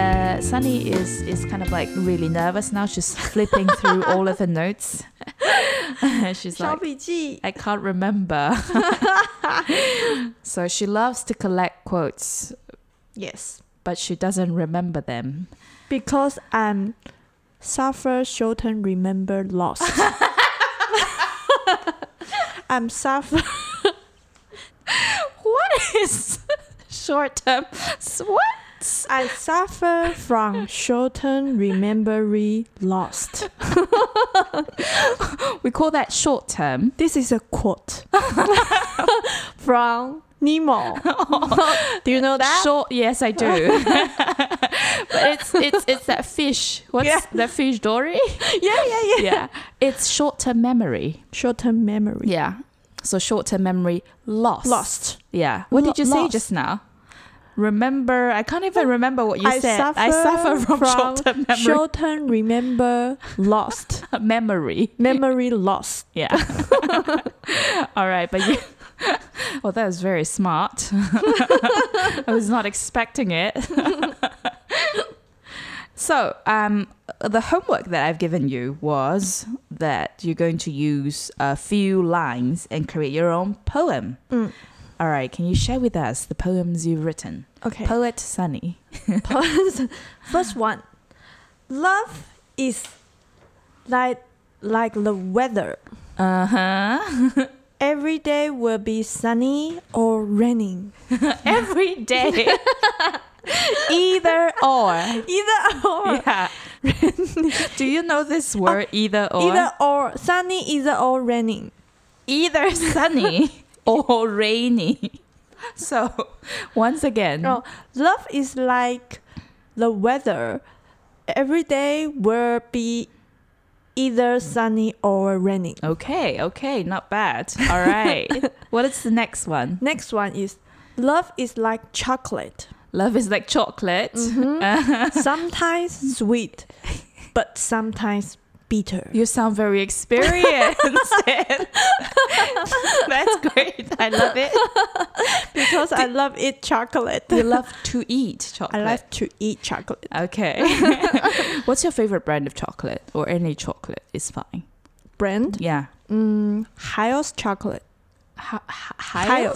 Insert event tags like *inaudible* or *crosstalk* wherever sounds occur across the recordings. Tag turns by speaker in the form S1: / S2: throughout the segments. S1: Uh, Sunny is is kind of like really nervous now. She's flipping through all of her notes. *laughs* She's
S2: 小
S1: like,
S2: 笔记，
S1: I can't remember. *laughs* so she loves to collect quotes,
S2: yes。
S1: but she doesn't remember them. *laughs*
S2: Because I'm suffer shorten remember *laughs* lost. I'm suffer
S1: What is short term? What?
S2: I suffer from shorten remembery lost.
S1: We call that short
S2: *laughs*
S1: term.
S2: This is a *laughs* quote from Nemo. Oh, Do you know that?
S1: Short, yes, I
S2: *laughs*
S1: do. but it's it's it's that fish. What's
S2: Yeah.
S1: that fish, Dory?
S2: yeah, yeah, *laughs* yeah.
S1: yeah, it's short-term memory.
S2: Shorten memory.
S1: Yeah, so short-term memory loss.
S2: Lost.
S1: Yeah. What
S2: Lo-
S1: did you say
S2: loss.
S1: just now? Remember, I can't
S2: *laughs*
S1: even remember what you
S2: I
S1: said. I
S2: suffer
S1: suffer *laughs* from,
S2: from
S1: short-term memory.
S2: Shorten remember lost.
S1: memory.
S2: memory lost.
S1: *laughs* Yeah. *laughs* All right, but you. *laughs* Well, that was very smart. *laughs* I was not expecting it. *laughs* so, um, the homework that I've given you was that you're going to use a few lines and create your own poem.
S2: Mm.
S1: All right, can you share with us the poems you've written?
S2: Okay.
S1: Poet Sunny.
S2: Pause. First *laughs* one. Love is like like the weather.
S1: Uh *laughs* huh.
S2: Every day will be sunny or raining.
S1: Every day. Either *laughs* or.
S2: Either or.
S1: Yeah. *laughs* Do you know this word either or?
S2: Either or. Sunny, either or raining.
S1: Either sunny *laughs* or *laughs* rainy. So, once again,
S2: No. Love is like the weather. Every day will be either sunny or raining.
S1: Oh. okay, okay, not bad. All *laughs* right. what is the next one?
S2: Next one is love is like chocolate.
S1: Love is like chocolate.
S2: sometimes sweet, but sometimes bitter.
S1: You sound *laughs* very experienced. That's great. I love it.
S2: because I love eat chocolate.
S1: You love to eat chocolate.
S2: *laughs* I love to eat chocolate.
S1: *laughs* Okay. What's your favorite brand of chocolate or any chocolate is fine.
S2: Brand?
S1: Yeah.
S2: Mm, Hyos chocolate.
S1: Hi- hi-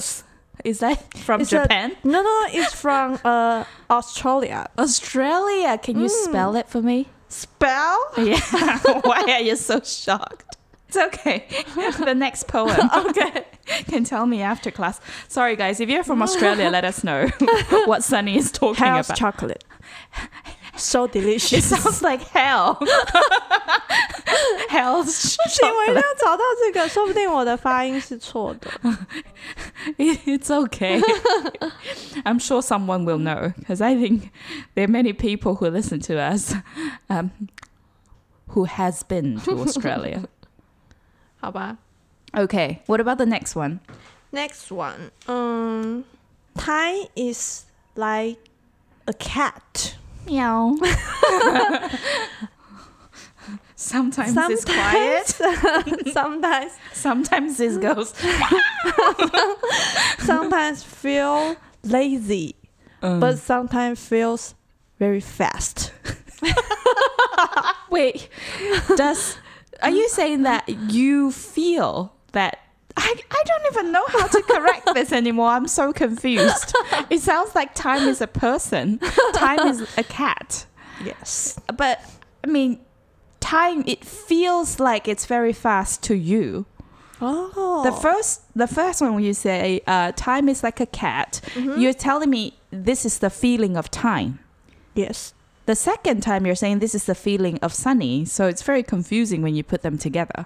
S1: Is that from
S2: It's a-
S1: Japan?
S2: No, no, it's from uh, Australia.
S1: Australia. Can you spell it for *laughs* me?
S2: Spell?
S1: Yeah. Mm. *laughs* Why are you so shocked? It's okay. *laughs* The next poem. *laughs* okay. Can tell me after class. Sorry, guys. If *laughs* you're from Australia, let us *laughs* know what Sunny is talking
S2: Hyos
S1: about.
S2: chocolate. So
S1: It
S2: delicious. *laughs*
S1: sounds like *laughs* hell. Hell's
S2: 不行，我一定要找到这个，说不定我的发音是错的。
S1: *laughs* It's *laughs* okay. I'm sure someone will know because I think there are many people who listen to us um, who has been to Australia.
S2: 好吧。
S1: *laughs* okay, what about the next one?
S2: Next one. Um, Thai is like a cat.
S1: *laughs* Meow. sometimes, it's quiet,
S2: Sometimes- *laughs* sometimes
S1: sometimes *laughs* it goes.
S2: sometimes feel lazy,
S1: Um,
S2: but sometimes feels very fast.
S1: *laughs* wait, does are you saying that you feel that? I, I don't even know how to correct this anymore. I'm so confused. It sounds like time is a person, time is a cat.
S2: Yes.
S1: But I mean, time it feels like it's very fast to you.
S2: Oh.
S1: The first the first one when you say uh, time is like a cat,
S2: Mm-hmm.
S1: you're telling me this is the feeling of time.
S2: yes.
S1: The second time you're saying this is the feeling of sunny, so it's very confusing when you put them together.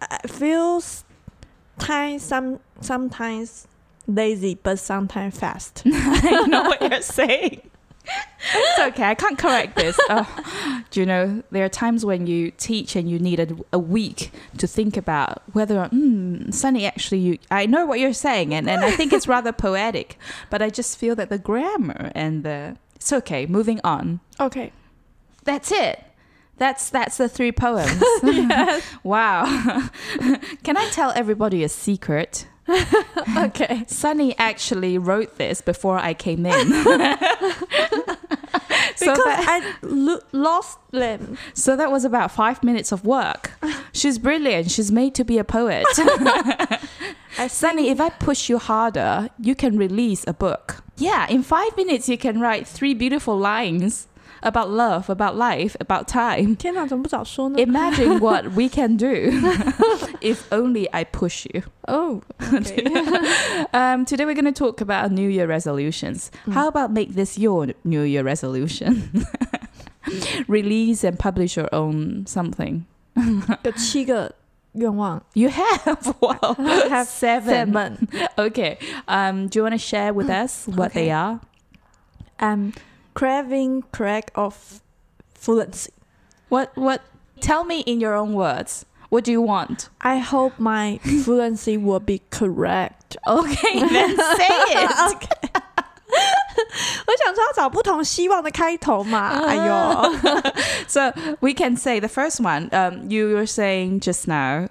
S2: I feels time some sometimes lazy, but sometimes fast.
S1: *laughs* I know what you're saying. It's okay. I can't correct this. Oh, do you know there are times when you teach and you need a, a week to think about whether mm, Sunny actually. You, I know what you're saying, and, and I think it's rather poetic, but I just feel that the grammar and the it's okay. Moving on.
S2: okay.
S1: That's it. That's that's the three poems. wow. *laughs* Can I tell everybody a secret?
S2: Okay.
S1: Sunny actually wrote this before I came in. So
S2: because
S1: that-
S2: I lo- lost them.
S1: So that was about five minutes of work. She's brilliant. She's made to be a poet. *laughs*
S2: I
S1: Sunny, if I push you harder, you can release a book. Yeah, in five minutes, you can write three beautiful lines about love, about life, about time.
S2: 天哪，怎么不早说呢
S1: Imagine what we can
S2: *laughs*
S1: do if only I push you. *laughs*
S2: Oh, *laughs* *laughs* okay.
S1: Um, today, we're going to talk about our New Year resolutions.
S2: Hmm.
S1: How about make this your New Year resolution? *laughs* release and publish your own something.
S2: 有七个愿望
S1: You have *laughs* wow,
S2: *laughs* I have
S1: seven.
S2: ，seven. Hmm.
S1: Okay. Um, do you want to share with us what
S2: Okay.
S1: they are?
S2: I'm craving crack of fluency.
S1: What what? Tell me in your own words. What do you want?
S2: I
S1: *laughs*
S2: hope my fluency will be correct.
S1: Okay, then say
S2: *laughs*
S1: it.
S2: 我想说要找不同希望的开头嘛，
S1: Uh-huh.
S2: 哎呦，
S1: So we can say the first one. Um, you were saying just now.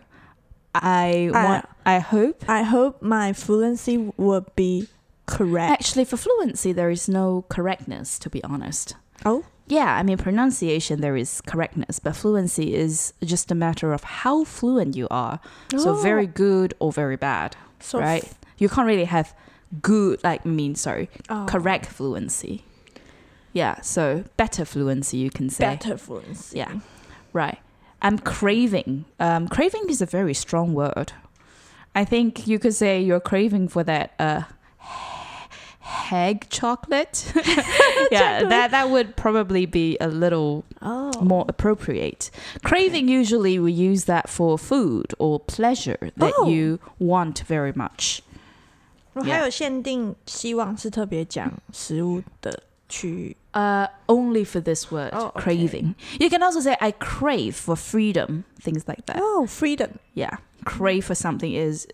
S1: I
S2: I-
S1: want. I hope.
S2: I hope my fluency will be correct.
S1: Actually, for fluency, there is no correctness. To be honest.
S2: Oh,
S1: Yeah, I mean pronunciation there is correctness, but fluency is just a matter of how fluent you are. So
S2: Oh.
S1: very good or very bad.
S2: so
S1: right? You can't really have good, like, I mean, sorry,
S2: oh,
S1: correct fluency. Yeah, so better fluency, you can say.
S2: better fluency.
S1: Yeah. Right. I'm craving. Um, craving is a very strong word. I think you could say you're craving for that uh, hag
S2: *laughs*
S1: chocolate. *laughs* yeah,
S2: Chocolate.
S1: that, that would probably be a little
S2: Oh,
S1: more appropriate. Craving usually we use that for food or pleasure that
S2: Oh.
S1: you want very much.
S2: 我
S1: Yeah.
S2: Oh, 还有限定，希望是特别讲食物的区域。
S1: Uh, only for this word,
S2: Oh, okay.
S1: craving. You can also say, I crave for freedom, things like that.
S2: Oh, freedom.
S1: Yeah. Crave for something is uh,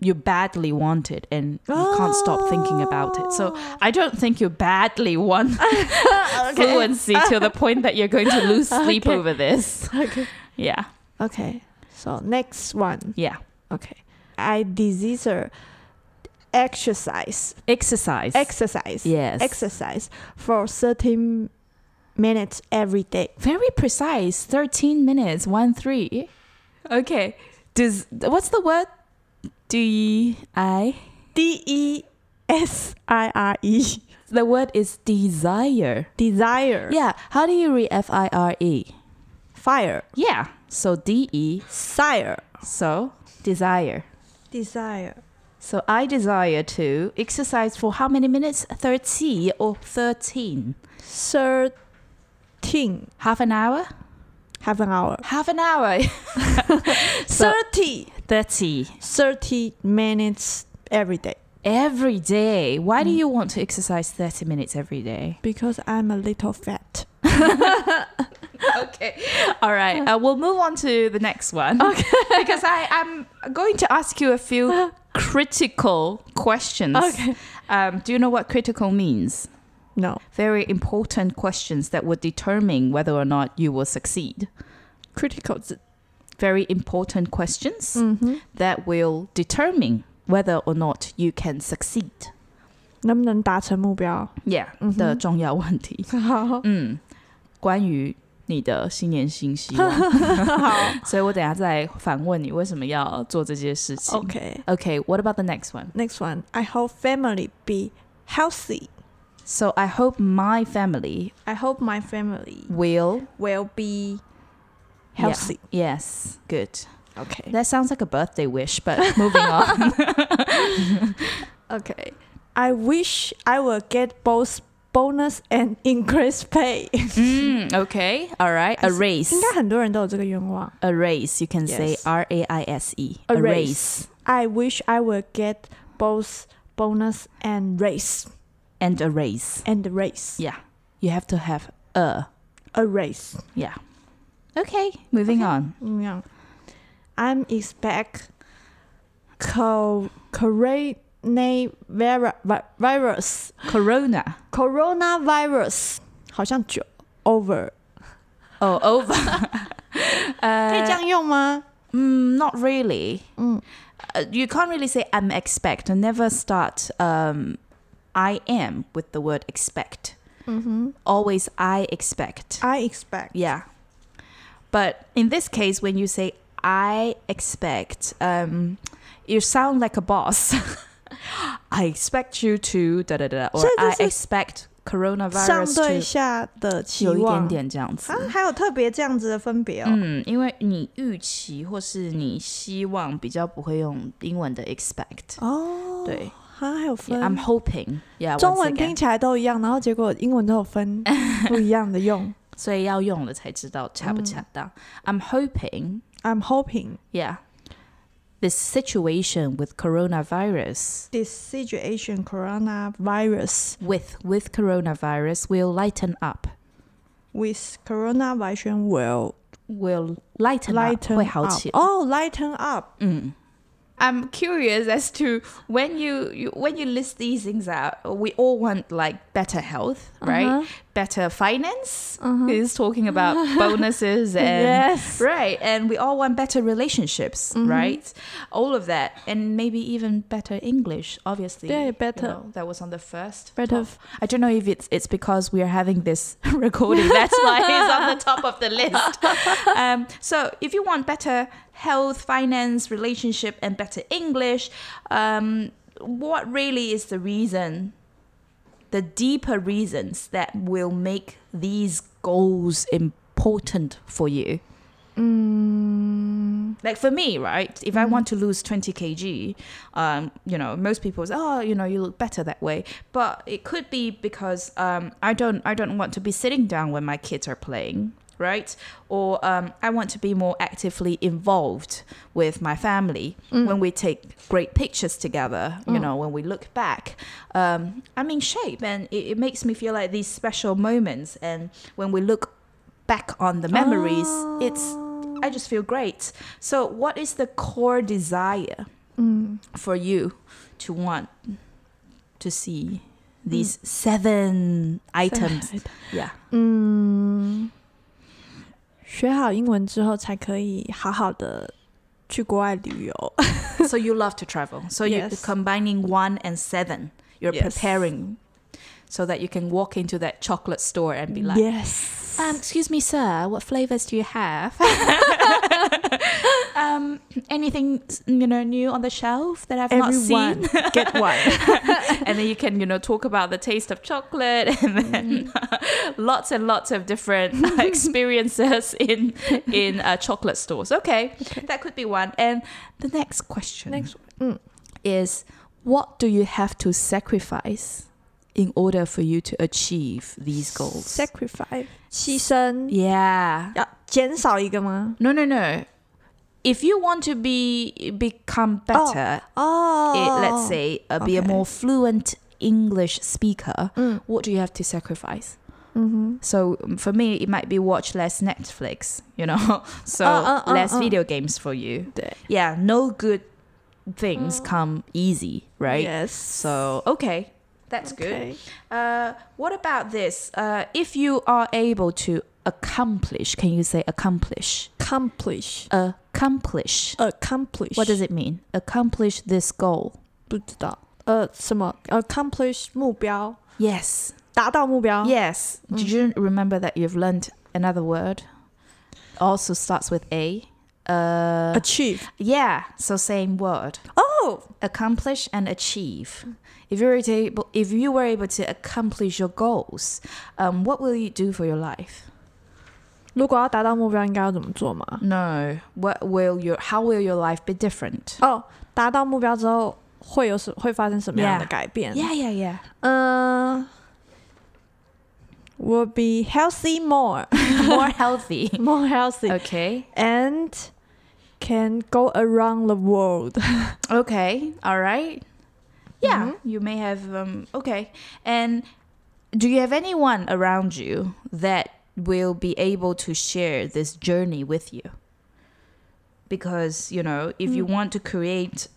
S1: you badly want it and you can't stop thinking about it. So I don't think you badly want *laughs*
S2: Oh.
S1: fluency to the point that you're going to *laughs* lose sleep
S2: Okay.
S1: over this.
S2: *laughs* Okay.
S1: Yeah.
S2: Okay. So next one.
S1: Yeah.
S2: Okay. I desire exercise.
S1: Exercise.
S2: Exercise.
S1: yes.
S2: Exercise for 30 minutes every day.
S1: Very precise. 13 minutes, 1 3. Okay. Does what's the word? D I
S2: D E S I R E.
S1: The word is desire.
S2: Desire.
S1: Yeah. How do you read F I R E?
S2: Fire.
S1: Yeah. So D E.
S2: Sire.
S1: So desire.
S2: Desire.
S1: So I desire to exercise for how many minutes? 30 or 13?
S2: 13.
S1: Half an hour?
S2: Half an hour.
S1: Half an hour. *laughs* So-
S2: 30.
S1: 30.
S2: 30 minutes every day.
S1: Every day. Why do you want to exercise 30 minutes every day?
S2: Because I'm a little fat.
S1: okay. All *laughs* right. Uh, we'll move on to the next one. Okay. *laughs* because I am going to ask you a *laughs* few critical questions.
S2: Okay.
S1: Um, do you know what critical means?
S2: No.
S1: Very important questions that would determine whether or not you will succeed.
S2: Critical.
S1: Very important questions
S2: Mm-hmm.
S1: that will determine whether or not you can succeed.
S2: 能不能达成目标？
S1: Yeah.
S2: 嗯哼。 *laughs* 好，
S1: 的重要问题。嗯，关于你的新年新希望，所以我等下再反问你为什么要做这些事情。
S2: 好，OK。
S1: Okay, what about the next one?
S2: Next one, I hope family be healthy.
S1: So I hope my family
S2: I hope my family
S1: will.
S2: will be
S1: Yeah.
S2: healthy.
S1: Yes, good.
S2: Okay.
S1: That sounds like a birthday wish, but moving on. *laughs*
S2: Okay. I wish I will get both bonus and *laughs* increased pay.
S1: Mm, okay, all right. A race.
S2: 应该很多人都有这个愿望。
S1: A race, you can say
S2: Yes.
S1: R A I S E.
S2: A race. I wish I will get both bonus and raise
S1: And a race.
S2: and raise
S1: Yeah. You have to have a.
S2: a raise.
S1: Yeah. Okay, moving on.
S2: 嗯呀，I'm expect co coronavirus
S1: Corona.
S2: coronavirus 好像久 over，
S1: Oh,
S2: *laughs*
S1: over. *laughs*
S2: 可以这
S1: uh,
S2: 样用吗？
S1: mm, not really.
S2: 嗯
S1: uh, you can't really say I'm expect. I never start um, I am with the word expect.
S2: Mm-hmm.
S1: Always I expect.
S2: I expect.
S1: Yeah. But in this case, when you say I expect, um, you sound like a boss. *laughs* I expect you to da da da, or
S2: 所以就是
S1: I expect
S2: 上
S1: coronavirus
S2: 对
S1: to
S2: 下的期
S1: 有一点
S2: 望
S1: 点这样子。
S2: 啊，还有特别这样子的分别哦。
S1: 嗯，因为你预期或是你希望比较不会用英文的 expect，、
S2: 哦，
S1: 对
S2: 啊，还有分
S1: Yeah, I'm hoping，yeah，
S2: 中
S1: once
S2: 文
S1: again
S2: 听起来都一样，然后结果英文都有分不一样的 *laughs* 用。
S1: 所以要用了才知道恰不恰当。I'm hoping,
S2: I'm hoping
S1: yeah, this situation with coronavirus,
S2: this situation coronavirus
S1: with with coronavirus, will lighten up.
S2: with coronavirus will
S1: Will lighten,
S2: lighten
S1: up 会好
S2: up
S1: 起来。
S2: 哦、lighten up。
S1: Mm. I'm curious as to when you, you when you list these things out, we all want like better health, right?
S2: Uh-huh.
S1: Better finance.
S2: Uh-huh.
S1: He's talking *laughs* about bonuses and
S2: *laughs* yes.
S1: right, and we all want better relationships, right? All of that, and maybe even better English. Obviously,
S2: Yeah,
S1: you
S2: better.
S1: know, that was on the first.
S2: Better
S1: top. I don't know if it's it's because we are having this *laughs* recording. That's why it's on the top of the list *laughs* um, so if you want better health, finance, relationship, and better English, um, what really is the reason, the deeper reasons that will make these goals important for you?
S2: 嗯
S1: Like for me, right? If I want to lose 20 kg, um, you know, most people say, "Oh, you know, you look better that way." But it could be because um, I don't, I don't want to be sitting down when my kids are playing, right? Or um, I want to be more actively involved with my family when we take great pictures together. You
S2: Mm.
S1: know, when we look back, um, I'm in shape, and it, it makes me feel like these special moments. And when we look back on the memories, it's I just feel great. So, what is the core desire
S2: 嗯
S1: for you to want to see these
S2: Hmm.
S1: seven items? Yeah. Mm.
S2: 嗯，学好英文之后才可以好好的去国外旅游。
S1: so you love to travel. So you're
S2: Yes.
S1: combining one and seven. You're
S2: Yes.
S1: preparing so that you can walk into that chocolate store and be like,
S2: yes.
S1: Um, excuse me, sir. What flavors do you have? *laughs* um, anything you know new on the shelf that I've
S2: Everyone
S1: not seen? *laughs* Get one, and then you can you know talk about the taste of chocolate, and then *laughs* lots and lots of different uh, *laughs* experiences in in uh, chocolate stores. Okay, that could be one. And the next question
S2: Next. 嗯。
S1: is, what do you have to sacrifice in order for you to achieve these goals?
S2: sacrifice 牺牲，
S1: yeah.
S2: 要减少一个吗？
S1: No, no, no. If you want to be become better,
S2: 哦
S1: eh, let's say uh, be a
S2: Oh, okay.
S1: more fluent English speaker,
S2: 嗯
S1: what do you have to sacrifice?
S2: 嗯哼
S1: So um, for me, it might be watch less Netflix, you know, *laughs* so
S2: Uh, uh, uh,
S1: less
S2: uh.
S1: video games for you.
S2: 对
S1: Yeah, no good
S2: Oh.
S1: things come easy, right?
S2: Yes.
S1: So okay, that's good.
S2: Okay.
S1: Uh, what about this? Uh, if you are able to accomplish, can you say accomplish?
S2: accomplish
S1: accomplish.
S2: accomplish
S1: What does it mean? Accomplish this goal.
S2: 不知道呃什么 accomplish 目标
S1: Yes.
S2: 达到目
S1: Oh.
S2: 标
S1: Yes. Did you remember that you've learned another word? Also starts with A. Uh,
S2: achieve
S1: yeah. So same word.
S2: oh
S1: Accomplish and achieve. If you were able, if you were able to accomplish your goals, um, what will you do for your life?
S2: 如果要达到目标应该要怎么做吗？
S1: No. What will your? How will your life be different?
S2: 哦，达到目标之后会有什会发生什么样的
S1: Yeah.
S2: 改变？
S1: Yeah. Yeah. *laughs* Yeah.
S2: 嗯、w i l l be healthy more
S1: More *laughs* healthy.
S2: *laughs* more healthy
S1: Okay.
S2: and can go around the world.
S1: Okay, all right. Yeah,
S2: Mhm.
S1: you may have. Um, okay, and do you have anyone around you that will be able to share this journey with you? Because you know, if you
S2: Mm.
S1: want to create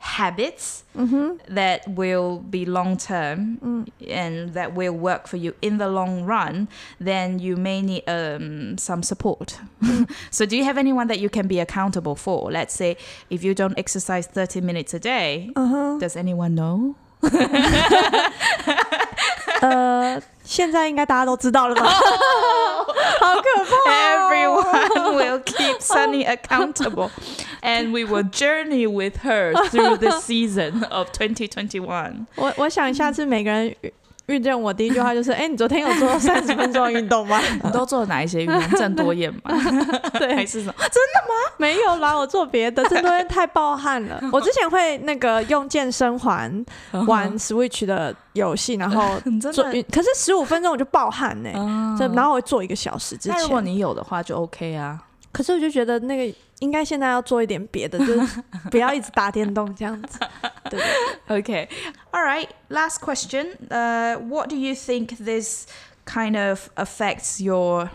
S1: habits
S2: *laughs* Mm-hmm.
S1: that will be long term
S2: Mm.
S1: and that will work for you in the long run, then you may need um, some support. *laughs* so, do you have anyone that you can be accountable for? Let's say if you don't exercise 30 minutes a day,
S2: *laughs* Uh-huh.
S1: does anyone know?
S2: 呃，现在应该大家都知道了吧？ *laughs* 好可怕、哦！
S1: Everyone *laughs* will keep Sunny accountable, and we will journey with her through the season of 2021.
S2: *laughs* 我我想下次每个人遇遇见我第一句话就是：哎、你昨天有做三十分钟的运动
S1: *laughs*
S2: 吗？
S1: 你都做哪一些运动？郑多燕 *laughs* 吗？还
S2: Uh. *laughs* 对，
S1: 是什么？
S2: 没有啦，我做别的，这东西太暴汗了。我之前会那个用健身环玩 Switch 的游戏，然后
S1: 嗯真的
S2: 做运，可是十五分钟我就暴汗呢、
S1: 啊
S2: 这然后我做一个小时之
S1: 那如果
S2: 前，
S1: 你有的话，就 OK 啊。
S2: 可是我就觉得那个应该现在要做一点别的，就是不要一直打电动这样子。对，
S1: Okay. All right. Last question. Uh, what do you think this kind of affects your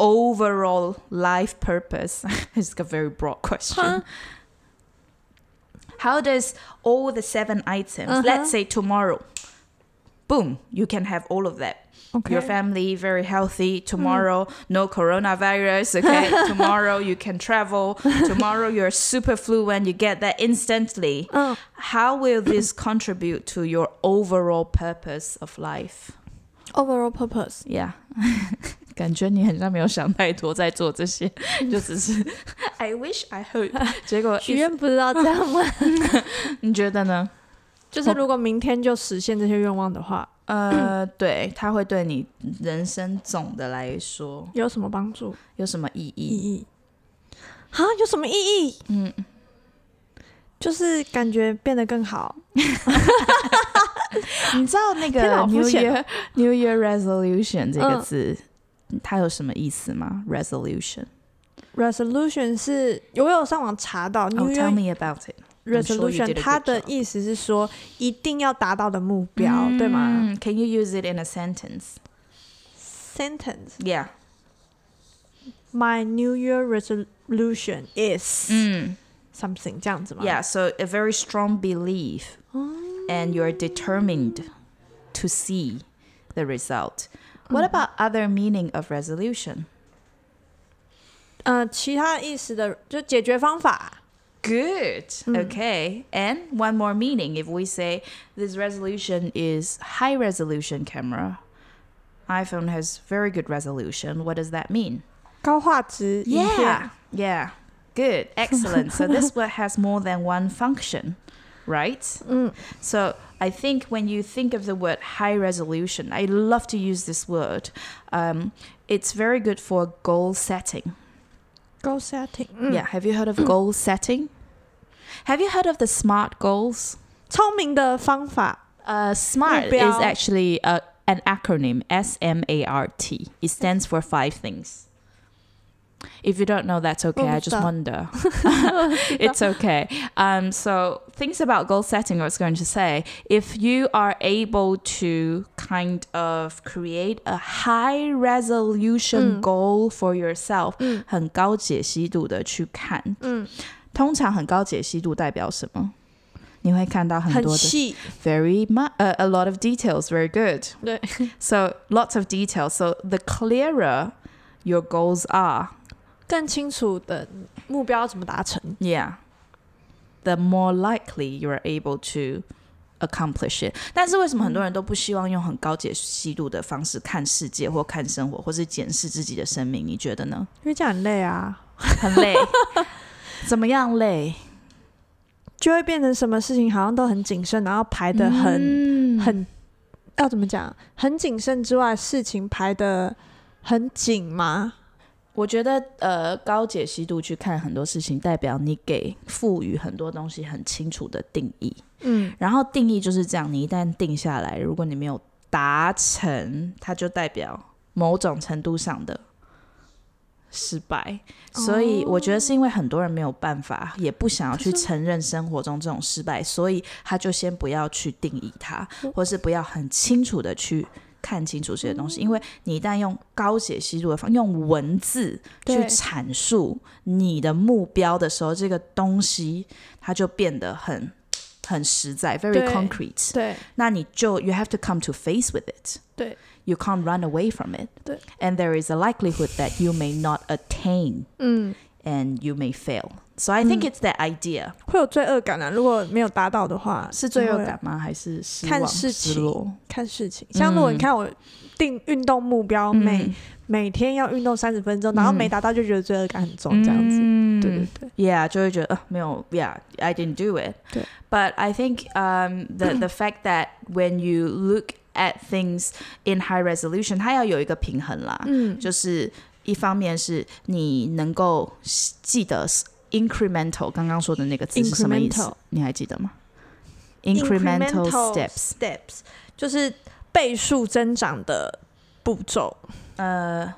S1: overall life purpose? *laughs* it's a very broad question.
S2: Huh?
S1: How does all the seven items,
S2: Uh-huh.
S1: let's say tomorrow, boom, you can have all of that. Your family very
S2: Hmm.
S1: healthy tomorrow, no coronavirus.
S2: *laughs*
S1: Okay, tomorrow you can travel. Tomorrow you're super fluent. You get that instantly.
S2: 嗯，
S1: How will this contribute to your overall purpose of life?
S2: overall purpose，
S1: Yeah. *laughs* 感觉你很像没有想太多，在做这 *laughs* 些，就只是 I wish I hope。结果
S2: 许愿不知道这
S1: *laughs*
S2: 样吗？
S1: 你觉得呢？
S2: 就是如果明天就实现这些愿望的
S1: *laughs*
S2: 话，
S1: 呃，对，它会对你人生总的来说
S2: 有什么帮助
S1: 有什么意
S2: 意
S1: 义？
S2: 义？啊，有什么意义？
S1: 嗯，
S2: 就是感觉变得更好。
S1: 你知道那个
S2: 天哪好肤
S1: New *laughs*
S2: 浅
S1: Year New Year Resolution 这个
S2: 嗯
S1: 字，它有什么意思吗？Resolution。
S2: Resolution 是我有上网查到
S1: Oh,
S2: New
S1: tell
S2: Year
S1: me about it. I'm sure you did a
S2: Resolution，
S1: good
S2: 它的
S1: job.
S2: 意思是说一定要达到的目标，对吗
S1: 嗯？Can you use it in a sentence?
S2: ？Sentence:
S1: Yeah.
S2: My New Year resolution is
S1: 嗯。
S2: something 这样子吗
S1: Yeah, so a very strong belief, and you're determined to see the result. What about other meaning of resolution?
S2: 呃，其他意思的就解决方法。
S1: Good. Okay. And one more meaning if we say this resolution is high resolution camera. iPhone has very good resolution. What does that mean?
S2: 高画质影片
S1: Yeah. Good. Excellent. so this one has more than one function, right?
S2: Mm.
S1: So I think when you think of the word high resolution, I love to use this word. Um, it's very good for goal setting.
S2: Goal setting，嗯
S1: Yeah. Have you heard of goal setting? Have you heard of the SMART goals?
S2: 聪明的方法
S1: Uh, SMART is
S2: Mobile.
S1: actually uh an acronym S M A R T. It stands for five things. If you don't know, that's okay. I just wonder.
S2: Understand. *laughs*
S1: *laughs* it's okay. Um, so, things about goal setting, I was going to say if you are able to kind of create a high resolution
S2: Mm.
S1: goal for yourself,
S2: 嗯
S1: 很高解
S2: 嗯，
S1: 析度的去看。通常很高解析度代表什么？你会看到很多的
S2: 很细，
S1: very much uh, a lot of details very good
S2: 对
S1: so lots of details so the clearer your goals are
S2: 更清楚的目标怎么达成。
S1: yeah the more likely you're able to accomplish it 但是为什么很多人都不希望用很高解析度的方式看世界或看生活或是检视自己的生命你觉得呢？
S2: *laughs* 因为这样很累啊，
S1: 很累。怎么样累？
S2: 就会变成什么事情好像都很谨慎，然后排的很、
S1: 嗯，
S2: 很要怎么讲？很谨慎之外，事情排的很紧吗？
S1: 我觉得呃，高解析度去看很多事情，代表你给赋予很多东西很清楚的定义。
S2: 嗯，
S1: 然后定义就是这样，你一旦定下来，如果你没有达成，它就代表某种程度上的失败。所以我觉得是因为很多人没有办法，也不想要去
S2: 可是
S1: 承认生活中这种失败，所以他就先不要去定义它，或是不要很清楚的去。看清楚这些东
S2: 嗯
S1: 西，因为你一旦用高解析度的方，用文字去
S2: 对
S1: 阐述你的目标的时候，这个东西它就变得很很实在，very
S2: 对
S1: concrete。
S2: 对
S1: 那你就 you have to come to face with it。
S2: 对
S1: You can't run away from it.
S2: 对
S1: And there is a likelihood that you may not attain
S2: 嗯
S1: and you may fail. So I think
S2: Mm.
S1: it's that idea.
S2: 会有罪恶感啊。如果没有达到的话，就会看事情。看事情。像如果你
S1: 嗯
S2: 看我定运动目标，每每天要运动三十分钟，然后
S1: 嗯
S2: 没达到就觉得罪恶感很重，这样子。对对对，
S1: Yeah, 就会觉得，呃，没有- yeah, I didn't do it.
S2: 对。
S1: But I think um, the the fact that when you look at things in high resolution, 它要有一个平衡啦。
S2: 嗯，
S1: 就是一方面是你能够记得 incremental 刚刚说的那个字是什么意思
S2: Incremental？
S1: 你还记得吗
S2: Incremental
S1: steps，
S2: steps 就是倍数增长的步骤，
S1: 呃，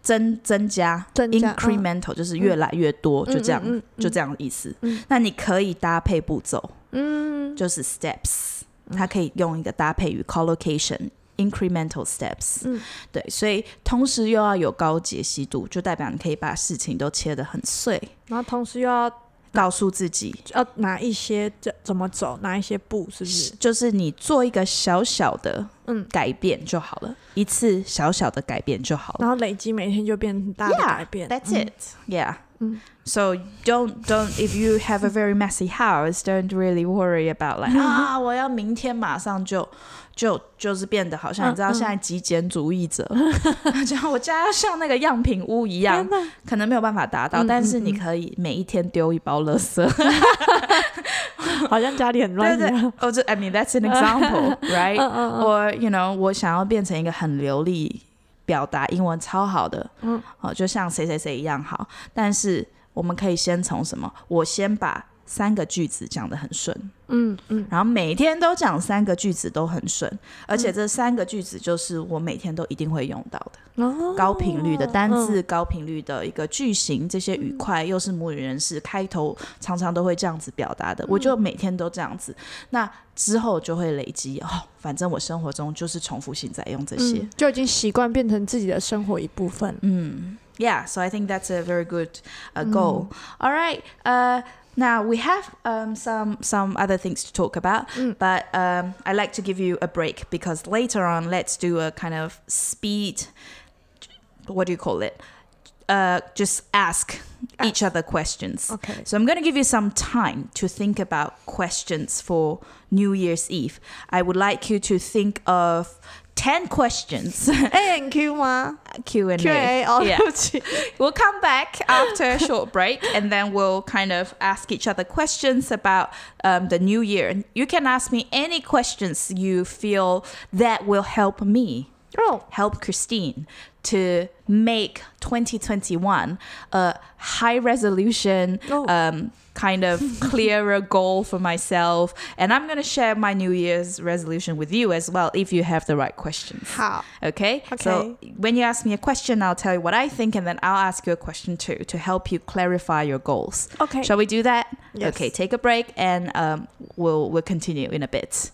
S1: 增增加
S2: 增加
S1: incremental 就是越来越多，就这样，
S2: 嗯
S1: 就这样的意思。
S2: 嗯
S1: 那你可以搭配步骤，
S2: 嗯，
S1: 就是 steps，
S2: 嗯
S1: 它可以用一个搭配语 collocation。incremental steps，、
S2: 嗯
S1: 对，所以同时又要有高解析度，就代表你可以把事情都切得很碎，
S2: 然后同时又要
S1: 告诉自己
S2: 要哪一些这怎么走，哪一些步，是不是？
S1: 就是你做一个小小的
S2: 嗯，
S1: 改变就好了，一次小小的改变就好了。
S2: 然后累积每天就变很大的
S1: Yeah，
S2: 改变。
S1: That's
S2: 嗯
S1: it. Mm. Yeah.
S2: 嗯
S1: So don't don't if you have a very messy house, don't really worry about *laughs* like 啊，我要明天马上就就就是变得好像
S2: 嗯
S1: 你知道
S2: 嗯
S1: 现在极简主义 *laughs* 者，这样我家要像那个样品屋一样
S2: 嗯天，哪，
S1: 可能没有办法达到，
S2: 嗯
S1: 但是
S2: 嗯
S1: 你
S2: 嗯
S1: 可以每一天丢一包垃圾。
S2: 好像家里很乱
S1: *laughs*
S2: 一
S1: 对对
S2: 样。
S1: 哦，这 I mean that's an *laughs* example, right?
S2: *laughs* 嗯嗯嗯
S1: or you know，我想要变成一个很流利、表达英文超好的，嗯，哦、就像谁谁谁一样好。但是我们可以先从什么？我先把三个句子讲得很顺，
S2: 嗯嗯
S1: 然后每天都讲三个句子都很顺，而且这三个句子就是我每天都一定会用到的。
S2: 哦嗯
S1: 高频率的单字、高频率的一个句型，这些语块又是母语人士开头常常都会这样子表达的，我就
S2: 嗯
S1: 每天都这样子。那之后就会累积哦，反正我生活中就是重复性在用这些。
S2: 嗯就已经习惯变成自己的生活一部分了。
S1: 嗯 Yeah, so I think that's a very good uh, goal. All right, uh, now we have um, some some other things to talk about,
S2: Mm.
S1: but um, I like to give you a break because later on, let's do a kind of speed. What do you call it? Uh, just ask each other questions.
S2: OK，
S1: So I'm going to give you some time to think about questions for New Year's Eve. I would like you to think of ten questions.
S2: A N Q 吗
S1: Q and
S2: ？Q A 哦，
S1: Yeah.
S2: 对不起。
S1: *laughs* We'll come back after a short break and then we'll kind of ask each other questions about um, the new year. You can ask me any questions you feel that will help me,
S2: 哦，
S1: help Christine to make 2021 a high resolution,
S2: Oh.
S1: um, kind
S2: *laughs*
S1: of clearer goal for myself. And I'm going to share my new year's resolution with you as well if you have the right questions.
S2: 好，
S1: Okay? So when you ask me a question, I'll tell you what I think and then I'll ask you a question too to help you clarify your goals.
S2: OK，
S1: Shall we do that?
S2: Yes.
S1: Okay, take a break and um, we'll, we'll continue in a bit.